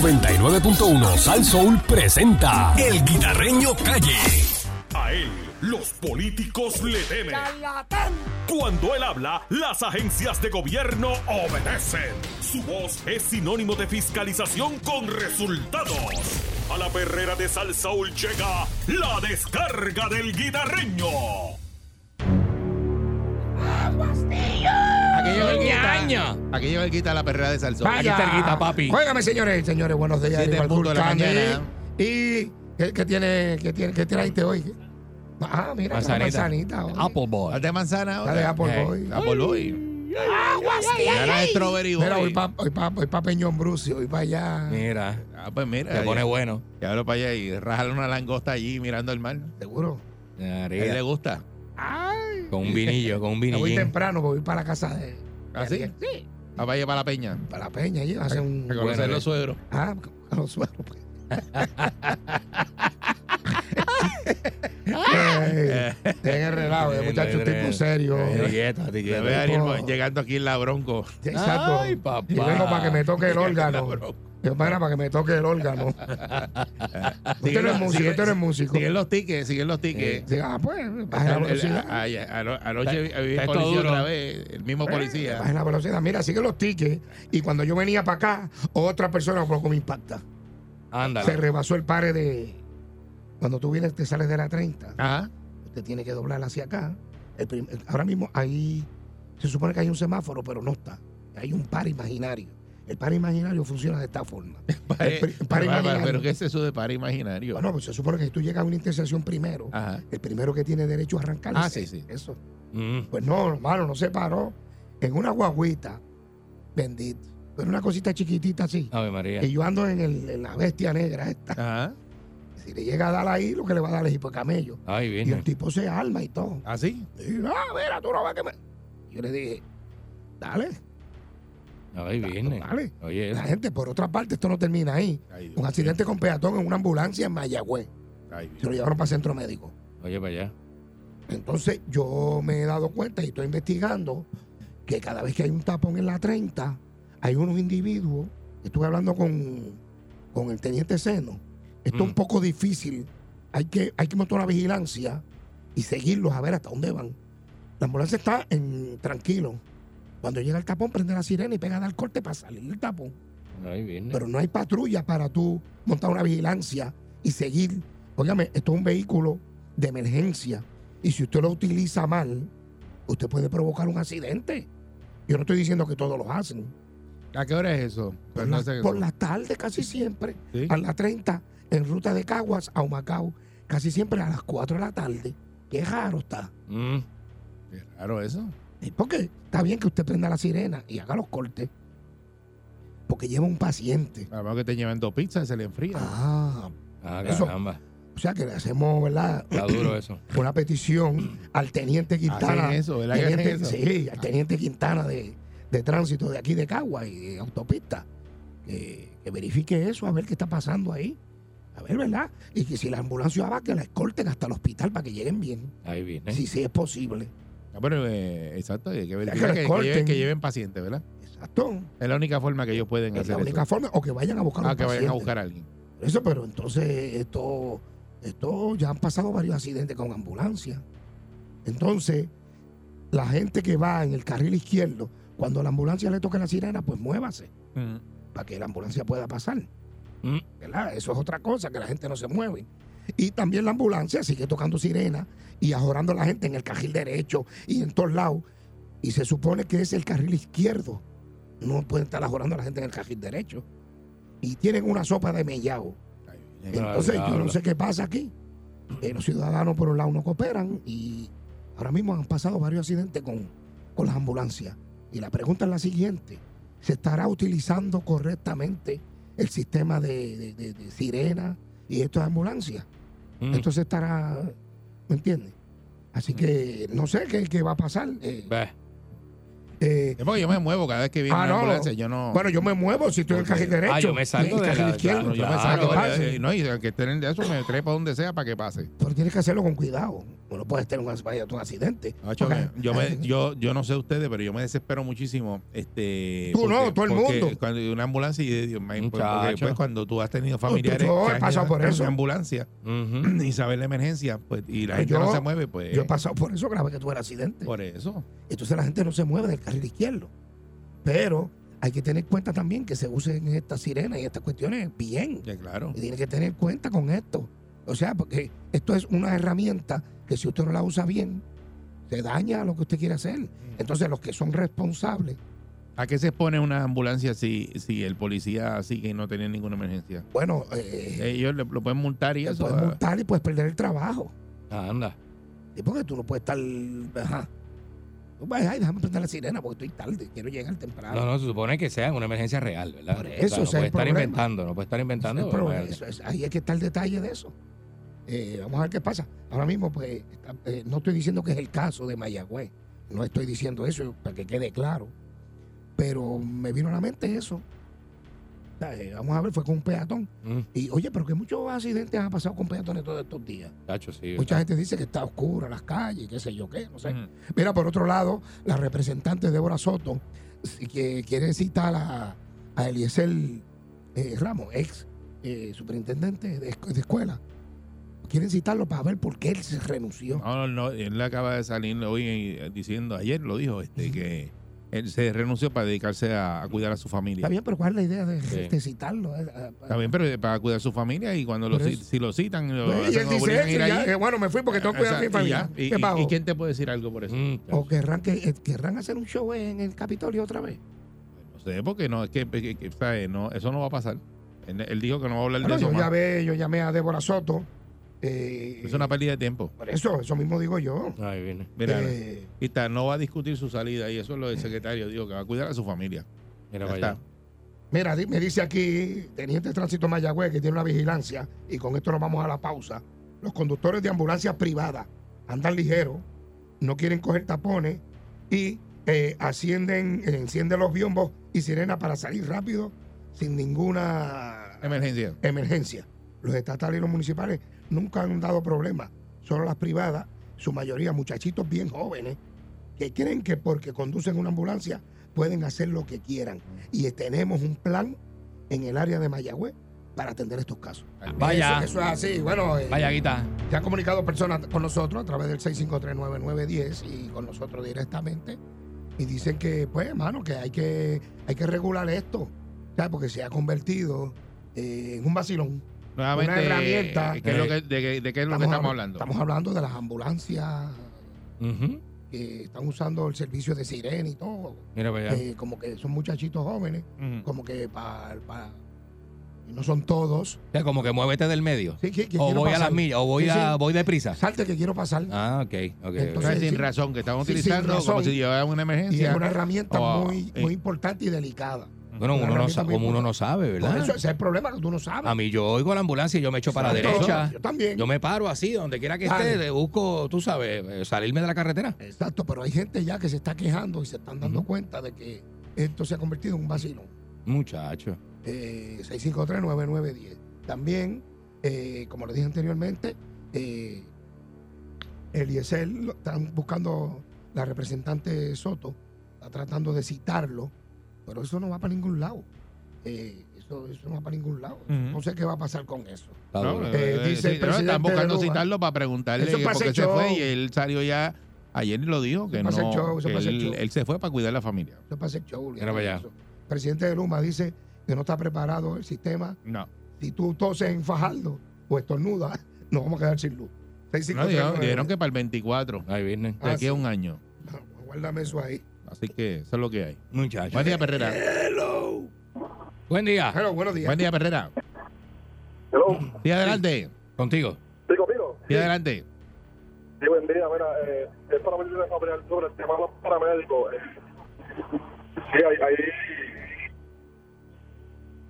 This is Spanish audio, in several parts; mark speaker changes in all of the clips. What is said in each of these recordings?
Speaker 1: 99.1 Sal Soul presenta El Guitarreño Calle.
Speaker 2: A él, los políticos le temen.
Speaker 3: ¡Charlatán!
Speaker 2: Cuando él habla, las agencias de gobierno obedecen. Su voz es sinónimo de fiscalización con resultados. A la perrera de Sal Soul llega la descarga del guitarreño.
Speaker 4: Aquí llegó el guita.
Speaker 5: Ñaño.
Speaker 4: Aquí llegó el guita a la perrera de Salsón.
Speaker 5: Vaya. Aquí está el guita, papi.
Speaker 3: Juégame, señores, señores, buenos días.
Speaker 4: Siete en
Speaker 3: Aníbal
Speaker 4: punto de la
Speaker 3: Vulcani.
Speaker 4: mañana.
Speaker 3: Y ¿qué, qué tiene, qué tiene, qué traiste hoy? Ah, mira, una manzanita. hoy.
Speaker 5: Apple Boy.
Speaker 4: Al de manzana.
Speaker 3: Dale, Apple
Speaker 5: Hey.
Speaker 3: Boy.
Speaker 4: Ah, eh, Apple Boy. Ahora es strawberry
Speaker 3: Mira,
Speaker 4: Boy.
Speaker 3: voy para hoy pa, hoy pa Peñón Brucio, voy para allá.
Speaker 5: Mira,
Speaker 4: Ah, pues mira.
Speaker 5: te
Speaker 4: ya-
Speaker 5: pone bueno.
Speaker 4: Ya hablo para allá y rajale una langosta allí mirando el mar.
Speaker 3: Seguro.
Speaker 4: A él le
Speaker 5: María,
Speaker 4: gusta.
Speaker 3: Ay,
Speaker 5: Con un vinillo, con un
Speaker 3: me voy
Speaker 5: vinillín.
Speaker 3: temprano, voy para la casa de.
Speaker 4: ¿Así?
Speaker 3: Sí.
Speaker 4: Ah, para allá para la peña.
Speaker 3: Para la Peña, allí. va a ser un.
Speaker 4: A conocer
Speaker 5: Bueno,
Speaker 4: los
Speaker 5: eh.
Speaker 4: suegros.
Speaker 3: Ah, a los suelos. pues. Ey, Dejen el relajo, eh, muchacho, un tipo serio.
Speaker 5: Etiqueta,
Speaker 4: Te
Speaker 5: etiqueta.
Speaker 4: ve
Speaker 3: tipo-
Speaker 4: Ariel llegando aquí en la bronco.
Speaker 3: Exacto.
Speaker 5: Ay, papá.
Speaker 3: Y vengo para que me toque el órgano.
Speaker 4: Bronco.
Speaker 3: Yo para para que me toque el órgano. usted
Speaker 4: Siguen
Speaker 3: no
Speaker 4: los-
Speaker 3: es músico,
Speaker 4: siguen-
Speaker 3: usted no es músico.
Speaker 4: Siguen los tickets, siguen los tickets.
Speaker 3: Diga, ah, pues, baje la
Speaker 4: El- el-
Speaker 3: velocidad.
Speaker 4: ay, ano- Anoche vi- vi
Speaker 5: está
Speaker 4: el
Speaker 5: todo
Speaker 4: policía
Speaker 5: duro.
Speaker 4: otra vez, el mismo
Speaker 3: Baje
Speaker 4: policía.
Speaker 3: la velocidad. Mira, sigue los tickets. Y cuando yo venía para acá, otra persona colocó mi impacta. Se
Speaker 5: Ándale.
Speaker 3: rebasó el pare de. Cuando tú vienes, te sales de la 30.
Speaker 4: Ajá.
Speaker 3: Usted tiene que doblar hacia acá. El prim- el- ahora mismo ahí se supone que hay un semáforo, pero no está. Hay un par imaginario. El par imaginario funciona de esta forma.
Speaker 4: Pare-
Speaker 3: El pri- el par
Speaker 4: pero,
Speaker 3: imaginario.
Speaker 4: pero, ¿qué es eso de par imaginario?
Speaker 3: Bueno, pues se supone que si tú llegas a una intersección primero,
Speaker 4: Ajá.
Speaker 3: el primero que tiene derecho a arrancar
Speaker 4: Ah,
Speaker 3: es
Speaker 4: sí,
Speaker 3: él.
Speaker 4: sí.
Speaker 3: Eso.
Speaker 5: Mm.
Speaker 3: Pues no, hermano, no se paró. En una guaguita, bendito. Pero una cosita chiquitita así.
Speaker 5: Ave María.
Speaker 3: Y yo ando en, el- en la bestia negra esta.
Speaker 4: Ajá.
Speaker 3: Si le llega a dar ahí, lo que le va a dar es hipocamello.
Speaker 5: Ay,
Speaker 3: Y el
Speaker 5: bien.
Speaker 3: tipo se arma y todo.
Speaker 4: ¿Así?
Speaker 3: Y, ah, mira, tú no vas a que me... Yo le dije, dale,
Speaker 5: Ay, bien.
Speaker 3: dale.
Speaker 5: Oye,
Speaker 3: La gente, por otra parte, esto no termina ahí.
Speaker 4: Ay, Dios.
Speaker 3: Un accidente con peatón en una ambulancia en Mayagüez.
Speaker 4: Ay,
Speaker 3: Se lo
Speaker 4: Dios.
Speaker 3: llevaron para centro médico.
Speaker 5: oye para allá.
Speaker 3: Entonces yo me he dado cuenta y estoy investigando que cada vez que hay un tapón en la 30, hay unos individuos, estuve hablando con, con el teniente Seno, esto es
Speaker 5: Mm.
Speaker 3: un poco difícil, hay que, hay que montar una vigilancia y seguirlos a ver hasta dónde van. La ambulancia está en tranquilo. Cuando llega el tapón, prende la sirena y pega a dar corte para salir del tapón.
Speaker 5: Ay, bien.
Speaker 3: Pero no hay patrulla para tú montar una vigilancia y seguir. Óigame, esto es un vehículo de emergencia. Y si usted lo utiliza mal, usted puede provocar un accidente. Yo no estoy diciendo que todos lo hacen.
Speaker 4: ¿A qué hora es eso? Pues
Speaker 3: Por,
Speaker 4: No
Speaker 3: la-
Speaker 4: sé qué
Speaker 3: por
Speaker 4: son.
Speaker 3: las tardes casi siempre,
Speaker 4: ¿Sí?
Speaker 3: a las 30, en ruta de Caguas a Humacao, casi siempre a las 4 de la tarde. Qué raro está.
Speaker 5: Mm.
Speaker 4: Qué raro eso.
Speaker 3: ¿Y por qué? Está bien que usted prenda la sirena y haga los cortes. Porque lleva un paciente.
Speaker 4: A lo mejor que te llevan dos pizzas, se le enfría.
Speaker 3: Ah,
Speaker 5: Ah,
Speaker 3: Eso.
Speaker 5: caramba.
Speaker 3: o sea que le hacemos, ¿verdad?
Speaker 5: Está duro eso.
Speaker 3: una petición al teniente Quintana.
Speaker 4: Hacen eso, ¿verdad que
Speaker 3: teniente-
Speaker 4: hacen eso?
Speaker 3: Sí, al teniente Quintana de, de tránsito de aquí de Cagua y de autopista. Que, que verifique eso, a ver qué está pasando ahí. A ver, ¿verdad? Y que si la ambulancia va, que la escolten hasta el hospital para que lleguen bien.
Speaker 5: Ahí
Speaker 4: ¿Eh?
Speaker 5: viene.
Speaker 3: Si sí es posible.
Speaker 4: Ah, bueno, eh, exacto. y Hay que ver
Speaker 3: Ya
Speaker 4: que,
Speaker 3: que le
Speaker 4: que
Speaker 3: corten.
Speaker 4: lleven, que lleven pacientes, ¿verdad?
Speaker 3: Exacto.
Speaker 4: Es la única forma que ellos pueden
Speaker 3: Es
Speaker 4: hacer
Speaker 3: la única
Speaker 4: eso.
Speaker 3: forma. O que vayan a buscar
Speaker 4: Ah,
Speaker 3: un
Speaker 4: que vayan a
Speaker 3: paciente.
Speaker 4: buscar a alguien.
Speaker 3: Eso, pero entonces esto, esto ya han pasado varios accidentes con ambulancia. Entonces, la gente que va en el carril izquierdo, cuando la ambulancia le toque la sirena, pues muévase para que la ambulancia pueda pasar.
Speaker 5: Mm.
Speaker 3: ¿Verdad? Eso es otra cosa, que la gente no se mueve. Y también la ambulancia sigue tocando sirena y ajorando a la gente en el carril derecho y en todos lados. Y se supone que es el carril izquierdo. No pueden estar ajorando a la gente en el carril derecho. Y tienen una sopa de mellao.
Speaker 4: Ay,
Speaker 5: Claro,
Speaker 3: Entonces, yo
Speaker 5: claro.
Speaker 3: no sé qué pasa aquí. Eh, los ciudadanos por un lado no cooperan y ahora mismo han pasado varios accidentes con, con las ambulancias. Y la pregunta es la siguiente. ¿Se estará utilizando correctamente el sistema de, de- de- de sirena y estas ambulancias?
Speaker 5: Mm.
Speaker 3: Esto se estará... ¿Me entiendes? Así que no sé qué, qué va a pasar. Eh,
Speaker 5: Ve.
Speaker 3: eh,
Speaker 4: Es porque yo me muevo cada vez que viene
Speaker 3: Ah,
Speaker 4: una
Speaker 3: no.
Speaker 4: ambulancia. Yo no.
Speaker 3: bueno, yo me muevo si estoy en el carril derecho.
Speaker 5: Ah, yo me salgo
Speaker 3: y
Speaker 5: de
Speaker 3: carril
Speaker 5: la-
Speaker 3: izquierdo.
Speaker 4: no, yo
Speaker 5: claro, eh,
Speaker 4: me
Speaker 3: Para que
Speaker 4: saco.
Speaker 3: pase.
Speaker 4: eh, no, y el que estén de eso me trepa donde sea para que pase.
Speaker 3: Pero tienes que hacerlo con cuidado. Uno puede tener un, vaya, un accidente.
Speaker 4: Nacho,
Speaker 3: Porque-
Speaker 4: me- Ah, yo, me- yo, yo no sé ustedes, pero yo me desespero muchísimo. Este,
Speaker 3: Tú no, todo el
Speaker 4: porque
Speaker 3: mundo.
Speaker 4: Cuando hay una ambulancia y Dios mío, porque- porque
Speaker 5: Muchacho.
Speaker 4: pues, cuando tú has tenido familiares
Speaker 3: yo he
Speaker 4: que han
Speaker 3: pasado por
Speaker 4: llegado en
Speaker 3: eso.
Speaker 4: ambulancia
Speaker 5: Ujú.
Speaker 4: y saber la emergencia pues, y la
Speaker 3: Pues
Speaker 4: gente
Speaker 3: yo-
Speaker 4: no se mueve, pues
Speaker 3: Yo he pasado por eso grave que tuve el accidente.
Speaker 4: por eso.
Speaker 3: Entonces la gente no se mueve del carril izquierdo. Pero hay que tener cuenta también que se usen estas sirenas y estas cuestiones bien.
Speaker 4: Ya, claro.
Speaker 3: Y tiene que tener cuenta con esto. O sea, porque esto es una herramienta que si usted no la usa bien, te daña lo que usted quiere hacer.
Speaker 4: Mm.
Speaker 3: Entonces los que son responsables,
Speaker 4: ¿A qué se expone una ambulancia si, si el policía sigue y no tenía ninguna emergencia?
Speaker 3: bueno, eh,
Speaker 4: Ellos le- lo pueden multar y
Speaker 3: te
Speaker 4: eso.
Speaker 3: puedes
Speaker 4: ah,
Speaker 3: multar y puedes perder el trabajo.
Speaker 5: Anda.
Speaker 3: Y porque tú no puedes estar... Ajá. Tú vas, Ay, déjame prender la sirena porque estoy tarde, quiero llegar temprano.
Speaker 5: No, no, se supone que sea una emergencia real, ¿verdad?
Speaker 3: Ah. Por eso,
Speaker 5: no
Speaker 3: o
Speaker 5: puede
Speaker 3: sea, el
Speaker 5: estar
Speaker 3: problema.
Speaker 5: inventando, no puede estar inventando.
Speaker 3: Eso es problema,
Speaker 5: ¿verdad?
Speaker 3: eso es- ahí hay que estar el detalle de eso. Eh, vamos a ver qué pasa. Ahora mismo, pues, está- eh, no estoy diciendo que es el caso de Mayagüez. No estoy diciendo eso para que quede claro. Pero me vino a la mente eso. O sea, eh, vamos a ver, fue con un peatón.
Speaker 5: Mm,
Speaker 3: Y oye, pero que muchos accidentes han pasado con peatones todos estos días.
Speaker 5: Chacho, sí.
Speaker 3: Mucha gente dice que está oscura las calles, qué sé yo qué, no sé.
Speaker 4: mm.
Speaker 3: Mira, por otro lado, la representante Débora Soto, sí que quiere citar a, a Eliezer eh, Ramos, ex eh, superintendente de, esc- de escuela. Quieren citarlo para ver por qué él se renunció.
Speaker 4: No, no, no, él le acaba de salir hoy eh, diciendo, ayer lo dijo, este, que él se renunció para dedicarse a, a cuidar a su familia.
Speaker 3: Está bien, pero ¿cuál es la idea de,
Speaker 5: Sí.
Speaker 3: de citarlo? Eh, eh,
Speaker 4: Está bien, pero para cuidar a su familia y cuando lo,
Speaker 3: Por
Speaker 4: ci-
Speaker 3: eso.
Speaker 4: si lo citan, lo
Speaker 3: Pues, y
Speaker 4: hacen
Speaker 3: él dice
Speaker 4: obligan a
Speaker 3: eso,
Speaker 4: ir
Speaker 3: y ya,
Speaker 4: allí.
Speaker 3: eh, bueno, me fui porque tengo que
Speaker 4: O sea,
Speaker 3: cuidar a mi
Speaker 4: y
Speaker 3: familia.
Speaker 4: ya. ¿Y-
Speaker 3: ¿Qué
Speaker 4: y-
Speaker 3: pago?
Speaker 4: ¿Y quién te puede decir algo por eso?
Speaker 5: Mm,
Speaker 3: ¿O
Speaker 5: chacho.
Speaker 3: querrán, que, eh, querrán hacer un show en el Capitolio otra vez?
Speaker 4: No sé, porque no, es que, que- que, ¿sabes? no, eso no va a pasar. Él, él dijo que no va a hablar
Speaker 3: Bueno,
Speaker 4: de eso
Speaker 3: Ah, yo,
Speaker 4: más.
Speaker 3: llamé, yo llamé a Débora Soto. eh,
Speaker 4: Es una pérdida de tiempo.
Speaker 3: Por eso, eso mismo digo yo.
Speaker 5: Ahí viene.
Speaker 4: Mira,
Speaker 3: Eh,
Speaker 4: y está, no va a discutir su salida y eso es lo del secretario, dijo que va a cuidar a su familia.
Speaker 5: Mira
Speaker 4: Ya
Speaker 5: para allá.
Speaker 4: está.
Speaker 3: Mira, di- me dice aquí, Teniente de Tránsito Mayagüez, que tiene una vigilancia, y con esto nos vamos a la pausa. Los conductores de ambulancias privadas andan ligeros, no quieren coger tapones y eh, ascienden, eh, encienden los biombos y sirenas para salir rápido sin ninguna
Speaker 4: Emergencia.
Speaker 3: emergencia. Los estatales y los municipales nunca han dado problemas, solo las privadas, su mayoría muchachitos bien jóvenes, que creen que porque conducen una ambulancia pueden hacer lo que quieran. Y tenemos un plan en el área de Mayagüez para atender estos casos.
Speaker 5: Vaya,
Speaker 3: Eso, eso es así. Bueno, eh,
Speaker 5: vaya guita.
Speaker 3: se han comunicado personas con nosotros a través del 6539910 y con nosotros directamente. Y dicen que, pues, hermano, que hay que, hay que regular esto. ¿sabes? Porque se ha convertido eh, en un vacilón.
Speaker 4: Nuevamente, eh,
Speaker 3: Una herramienta.
Speaker 4: ¿qué es lo que- de, qué- de qué es lo que estamos
Speaker 3: habla-
Speaker 4: hablando?
Speaker 3: Estamos hablando de las ambulancias
Speaker 5: Ujú.
Speaker 3: que están usando el servicio de sirena y todo.
Speaker 5: Mira para allá.
Speaker 3: Eh, como que son muchachitos jóvenes,
Speaker 4: Ujú.
Speaker 3: como que para... no son todos.
Speaker 5: O sea, como que muévete del medio.
Speaker 3: Sí, que- que
Speaker 5: O
Speaker 3: quiero
Speaker 5: voy a
Speaker 3: pasar.
Speaker 5: las millas, o voy
Speaker 3: Sí,
Speaker 5: a
Speaker 3: sí.
Speaker 5: voy deprisa.
Speaker 3: Salte que quiero pasar.
Speaker 5: Ah, ok, ok, ok.
Speaker 4: O sea,
Speaker 3: Entonces,
Speaker 4: sin
Speaker 3: sí.
Speaker 4: razón, que estamos
Speaker 3: Sí, sin
Speaker 4: utilizando como
Speaker 3: razón.
Speaker 4: si llevara una
Speaker 3: Y es
Speaker 4: emergencia.
Speaker 3: una herramienta
Speaker 4: O-
Speaker 3: muy,
Speaker 4: eh.
Speaker 3: muy importante y delicada.
Speaker 5: bueno, uno no sa- como uno no sabe,
Speaker 3: Por eso
Speaker 5: ¿verdad?
Speaker 3: ese es el problema que tú no sabes.
Speaker 5: A mí yo oigo la ambulancia y yo me echo para la
Speaker 3: Exacto.
Speaker 5: derecha.
Speaker 3: Yo también.
Speaker 5: Yo me paro así, donde quiera que
Speaker 3: Dale.
Speaker 5: esté, le busco, tú sabes, eh, salirme de la carretera.
Speaker 3: Exacto, pero hay gente ya que se está quejando y se están dando
Speaker 5: Ujú.
Speaker 3: cuenta de que esto se ha convertido en un vacilón.
Speaker 5: Muchacho.
Speaker 3: Eh, 653-9910. También, eh, como le dije anteriormente, eh, Eliezer lo- están buscando la representante Soto, está tratando de citarlo, pero eso no va para ningún lado. Eh, eso, eso no va para ningún lado.
Speaker 4: Ujú.
Speaker 3: No sé qué va a pasar con eso.
Speaker 5: Está
Speaker 4: No,
Speaker 5: duro.
Speaker 4: eh,
Speaker 3: Eh, dice el
Speaker 4: sí, no,
Speaker 3: presidente
Speaker 4: están
Speaker 3: de
Speaker 4: buscando
Speaker 3: Luma.
Speaker 4: citarlo para preguntarle
Speaker 3: Eso
Speaker 4: que
Speaker 3: pasa
Speaker 4: por qué
Speaker 3: el
Speaker 4: se fue
Speaker 3: show.
Speaker 4: y él salió ya. Ayer lo dijo que
Speaker 3: pasa el
Speaker 4: no.
Speaker 3: show, eso
Speaker 4: que
Speaker 3: pasa el show.
Speaker 4: él, él se fue para cuidar a la familia.
Speaker 3: Eso pasa el show.
Speaker 5: Mira para allá.
Speaker 3: eso. El presidente de Luma dice que no está preparado el sistema.
Speaker 4: No.
Speaker 3: Si tú toses en Fajardo o estornudas, nos vamos a quedar sin luz. Seis, cinco,
Speaker 4: no
Speaker 3: tres,
Speaker 4: dijeron,
Speaker 3: nueve,
Speaker 4: dijeron que
Speaker 3: nueve.
Speaker 4: para el 24,
Speaker 5: Ahí viene.
Speaker 4: de
Speaker 3: Ah,
Speaker 4: aquí
Speaker 3: sí.
Speaker 4: a un año.
Speaker 3: Guárdame eso ahí.
Speaker 4: Así que eso es lo que hay.
Speaker 5: Muchacho.
Speaker 4: Buen día, Perrera.
Speaker 3: Hello.
Speaker 5: Buen día.
Speaker 3: Hello, buenos días.
Speaker 4: Buen día, Perrera.
Speaker 6: Hello,
Speaker 4: Sí, adelante.
Speaker 5: Contigo.
Speaker 6: sí, conmigo.
Speaker 4: Sí, adelante.
Speaker 6: Sí, buen día. Mira, eh, es para venir a hablar sobre el tema de los paramédicos. Eh, sí, hay, hay,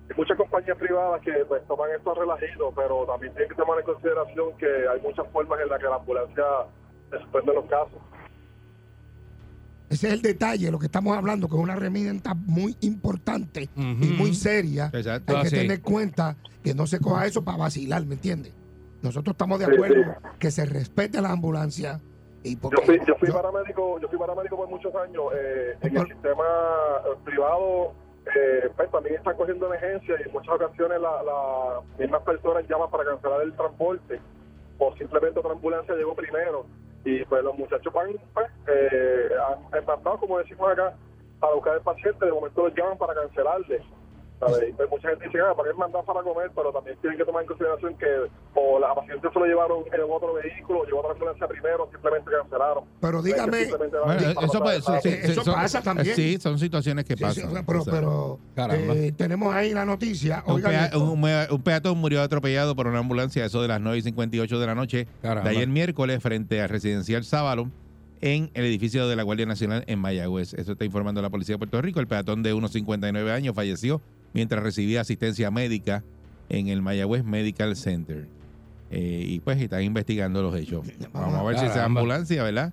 Speaker 6: hay muchas compañías privadas que pues, toman estos relajitos, pero también tienen que tomar en consideración que hay muchas formas en las que la ambulancia se suspende los casos.
Speaker 3: Ese es el detalle, lo que estamos hablando, que es una herramienta muy importante
Speaker 5: Ujú.
Speaker 3: y muy seria.
Speaker 4: Exacto.
Speaker 3: Hay
Speaker 5: Ah,
Speaker 3: que
Speaker 5: sí.
Speaker 3: tener cuenta que no se coja eso para vacilar, ¿me entiendes? Nosotros estamos de
Speaker 6: Sí,
Speaker 3: acuerdo
Speaker 6: sí.
Speaker 3: que se respete la ambulancia. Y porque,
Speaker 6: Yo fui, yo fui
Speaker 3: yo-
Speaker 6: paramédico, yo fui paramédico por muchos años. eh, en
Speaker 3: Doctor.
Speaker 6: el sistema privado, eh, pues también están cogiendo emergencias y en muchas ocasiones la- las mismas personas llaman para cancelar el transporte o simplemente otra ambulancia llegó primero. Y pues los muchachos van, pues, eh, han embarcado, como decimos acá, para buscar el paciente. De momento los llaman para cancelarle. ¿sabes? Y pues mucha gente dice, ah, ¿para qué mandar para comer? Pero también tienen que tomar en consideración que o la paciente se lo llevaron en otro vehículo, o llevó otra ambulancia primero, simplemente cancelaron.
Speaker 3: Pero dígame,
Speaker 6: Simplemente van-
Speaker 4: Bueno,
Speaker 6: para-
Speaker 4: eso,
Speaker 6: para-
Speaker 4: pa- eso-
Speaker 6: para-
Speaker 4: sí,
Speaker 3: eso
Speaker 4: sí, son-
Speaker 3: pasa también.
Speaker 4: Sí, son situaciones que
Speaker 3: sí, sí,
Speaker 4: pasan.
Speaker 3: pero,
Speaker 4: o sea,
Speaker 3: pero,
Speaker 5: Caramba.
Speaker 3: eh, tenemos ahí la noticia.
Speaker 4: un,
Speaker 3: Oigan
Speaker 4: pea-
Speaker 3: esto.
Speaker 4: un mea- un peatón murió atropellado por una ambulancia, eso de las 9 y 58 de la noche,
Speaker 5: Caramba.
Speaker 4: de ayer miércoles, frente a Residencial Sábalo, en el edificio de la Guardia Nacional en Mayagüez. Eso está informando la Policía de Puerto Rico. El peatón de unos 59 años falleció mientras recibía asistencia médica en el Mayagüez Medical Center. Eh, y pues están investigando los hechos. Vamos a ver si esa
Speaker 5: Caramba.
Speaker 4: ambulancia, ¿verdad?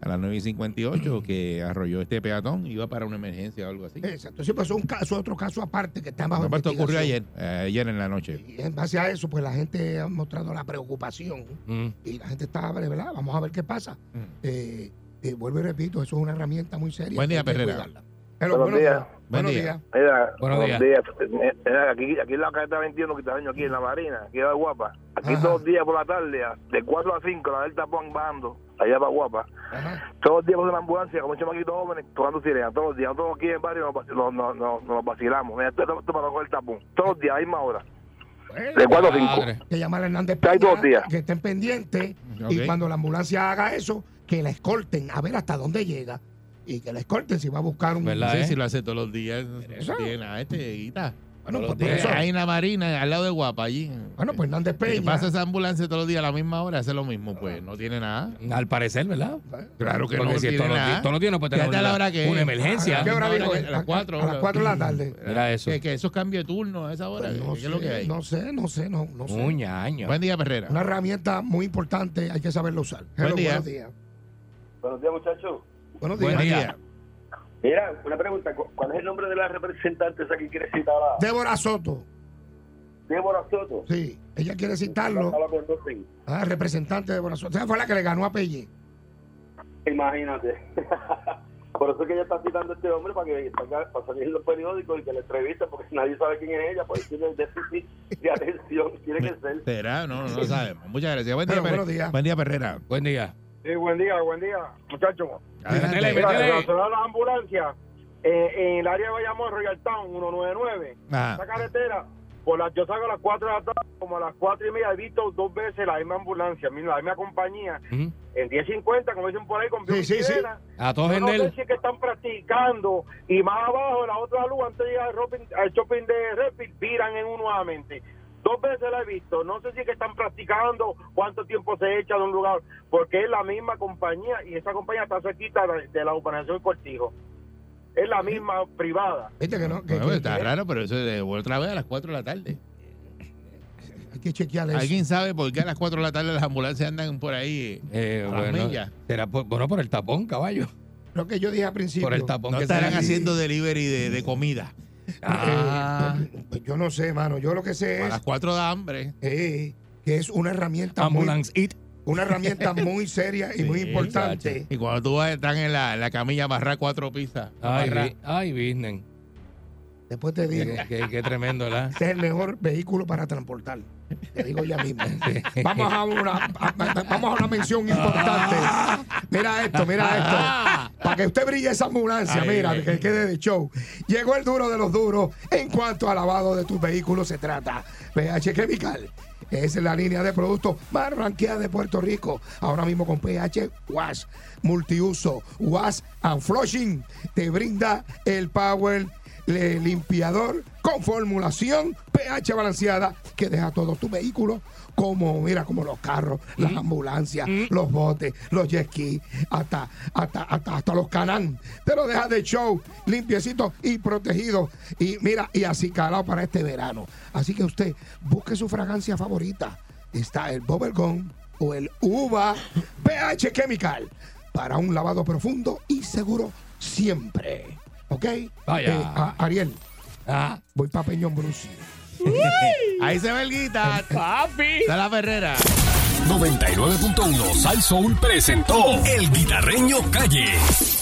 Speaker 4: A las 9 y 58 que arrolló este peatón iba para una emergencia o algo así.
Speaker 3: Exacto. Sí, pues es un caso, otro caso aparte que está bajo
Speaker 4: No, pero esto ocurrió
Speaker 3: investigación.
Speaker 4: ayer, eh, ayer en la noche.
Speaker 3: Y en base a eso, pues la gente ha mostrado la preocupación
Speaker 5: Mm.
Speaker 3: y la gente está, ¿verdad? Vamos a ver qué pasa.
Speaker 4: Mm.
Speaker 3: Eh, eh, vuelvo y repito, eso es una herramienta muy seria.
Speaker 4: Buen día,
Speaker 3: que hay que
Speaker 4: Perrera.
Speaker 3: cuidarla. Hello,
Speaker 7: Buenos días.
Speaker 3: Buenos
Speaker 4: Buen
Speaker 3: días.
Speaker 7: Mira,
Speaker 5: Buenos
Speaker 7: buenos,
Speaker 5: días.
Speaker 7: días. Mira, aquí, aquí en la carretera 21, quitadeño, aquí en la Marina, aquí en Guapa. Aquí
Speaker 3: Ajá.
Speaker 7: todos los días por la tarde, a- de 4 a 5, la Delta Juan bajando, allá para Guapa.
Speaker 3: Ajá.
Speaker 7: Todos los días por la ambulancia, con un chamaquito jóvenes, tocando sirena, todos los días. Nosotros aquí en el barrio nos, vac- nos, nos, nos, nos vacilamos. Mira, esto esto- esto para coger el tapón. Todos los días, a la misma hora, de 4 a 5.
Speaker 5: Padre.
Speaker 3: Que llamar a Hernández
Speaker 7: Está ahí
Speaker 3: Peña,
Speaker 7: todos días.
Speaker 3: que estén pendientes y
Speaker 4: Mm, Ok.
Speaker 3: cuando la ambulancia haga eso, que la escolten a ver hasta dónde llega y que la escolten si va a buscar un...
Speaker 5: ¿Verdad,
Speaker 4: Sí,
Speaker 5: eh?
Speaker 4: si lo hace todos los días.
Speaker 3: eso.
Speaker 4: Tiene a este guita.
Speaker 3: Bueno,
Speaker 5: Todos los
Speaker 3: pues, por
Speaker 5: días.
Speaker 3: eso-
Speaker 4: Ahí en la marina, al lado de Guapa, allí.
Speaker 3: bueno, pues Hernández
Speaker 4: Que
Speaker 3: Peña...
Speaker 4: pasa esa ambulancia todos los días a la misma hora, hace lo mismo, pues. No tiene nada.
Speaker 5: Al parecer, ¿verdad?
Speaker 4: Claro que
Speaker 5: Porque
Speaker 4: no
Speaker 5: si
Speaker 4: tiene
Speaker 5: todos los días-
Speaker 4: nada.
Speaker 5: todos los días no puede tener
Speaker 4: Fíjate a la hora que
Speaker 5: una
Speaker 4: es.
Speaker 5: emergencia.
Speaker 3: ¿A Ah, qué hora
Speaker 4: A la
Speaker 3: dijo
Speaker 4: misma hora
Speaker 3: él?
Speaker 4: que- a las cuatro,
Speaker 3: A las
Speaker 4: ¿no?
Speaker 3: 4 de la tarde.
Speaker 5: Mira eso.
Speaker 4: Que, que esos cambios de turno a esa hora.
Speaker 3: Pues no,
Speaker 4: ¿Qué es lo que
Speaker 3: sé,
Speaker 4: hay?
Speaker 3: no sé, no sé, no, no sé.
Speaker 5: Un año.
Speaker 4: Buen día, Perrera.
Speaker 3: Una herramienta muy importante, hay que saberlo usar. Hello,
Speaker 4: día.
Speaker 3: Buenos días.
Speaker 7: Buenos días, muchachos.
Speaker 3: Buenos días.
Speaker 5: Buen día.
Speaker 7: Mira, una pregunta. ¿Cuál es el nombre de la representante esa que quiere citar a
Speaker 3: Débora Soto,
Speaker 7: Débora Soto?
Speaker 3: sí, ella quiere citarlo,
Speaker 7: la conocen.
Speaker 3: ah, representante de Débora Soto. Esa fue la que le ganó a Pelle.
Speaker 7: Imagínate. Por eso es que ella está citando a este hombre para que salga- para salir en los periódicos y que la entrevista, porque nadie sabe quién es ella, pues tiene el déficit de atención, tiene que ser.
Speaker 4: ¿Será? No, no lo sabemos. Muchas gracias. Buen día,
Speaker 3: Pero
Speaker 4: Perrera.
Speaker 3: buenos días.
Speaker 4: Buen día, Perrera.
Speaker 5: Buen día.
Speaker 8: Sí, buen día, buen día, muchachos.
Speaker 4: Adelante.
Speaker 5: Métele,
Speaker 8: Mira,
Speaker 5: métele.
Speaker 8: relacionado a las ambulancias, eh, en el área de Bayamón, Royal Town, 199,
Speaker 4: Ajá.
Speaker 3: Ah.
Speaker 8: esa carretera, por las, yo salgo a las 4 de la tarde, como a las 4 y media, he visto dos veces la misma ambulancia, misma- la misma compañía,
Speaker 5: Mm.
Speaker 8: en 10.50, como dicen por ahí, con
Speaker 3: Sí, sí, sí.
Speaker 8: bicicleta.
Speaker 5: A todos
Speaker 8: Yo
Speaker 5: en
Speaker 8: no sé
Speaker 5: él.
Speaker 8: si es que están practicando y más abajo en la otra luz, antes de llegar al shopping, al shopping de Rapid, viran en uno nuevamente. Dos veces la he visto. No sé si es que están practicando, cuánto tiempo se echa de un lugar, porque es la misma compañía y esa compañía está cerquita de de la operación Cortijo. Es la misma privada.
Speaker 3: Viste que no, que,
Speaker 4: Bueno, pues,
Speaker 3: que-
Speaker 4: está
Speaker 3: que-
Speaker 4: raro, pero eso de otra vez a las 4 de la tarde.
Speaker 3: hay que chequear eso.
Speaker 4: ¿Alguien sabe por qué a las 4 de la tarde las ambulancias andan por ahí?
Speaker 5: Eh,
Speaker 4: A las
Speaker 5: bueno,
Speaker 4: millas.
Speaker 5: será por, bueno, por el tapón, caballo.
Speaker 3: Lo que yo dije al principio.
Speaker 5: Por el tapón
Speaker 4: No
Speaker 5: que
Speaker 4: estarán
Speaker 5: se-
Speaker 4: haciendo delivery de, de comida.
Speaker 5: Ah,
Speaker 3: Eh, pues yo no sé, mano. Yo lo que sé
Speaker 4: A
Speaker 3: es
Speaker 4: las 4 da hambre.
Speaker 3: eh, que es una herramienta muy,
Speaker 5: ambulance eat.
Speaker 3: una herramienta muy seria y
Speaker 4: Sí,
Speaker 3: muy importante.
Speaker 4: Y cuando tú vas, están en la, en la camilla barra cuatro pizzas.
Speaker 5: Ay,
Speaker 4: Barra.
Speaker 5: vi- ay, business.
Speaker 3: Después te digo,
Speaker 5: Qué, qué- qué tremendo, ¿verdad?
Speaker 3: este es el mejor vehículo para transportar. Te digo ya mismo. Vamos a una, a- a- vamos a una mención importante. Mira esto, mira esto. Para que usted brille esa ambulancia,
Speaker 5: Ay,
Speaker 3: mira,
Speaker 5: ay.
Speaker 3: que quede de show. Llegó el duro de los duros en cuanto al lavado de tus vehículos se trata. PH Chemical es la línea de productos más ranqueada de Puerto Rico. Ahora mismo con PH Wash, multiuso, Wash and Flushing. Te brinda el power le- limpiador con formulación pH balanceada que deja todos tus vehículos como mira como los carros, las ambulancias, los botes, los jet skis, hasta hasta hasta, hasta los canan. Te lo deja de show, limpiecito y protegido y mira y así calado para este verano. Así que usted busque su fragancia favorita. Está el Bubblegum o el Uva pH Chemical para un lavado profundo y seguro siempre. ¿Ok? Eh,
Speaker 5: Vaya.
Speaker 3: a- Ariel,
Speaker 5: Ah,
Speaker 3: voy para Peñón Bruce.
Speaker 5: Ahí se ve el guita.
Speaker 9: ¡Papi!
Speaker 5: Está la Ferrera.
Speaker 1: 99.1 Sal Soul presentó El Guitarreño Calle.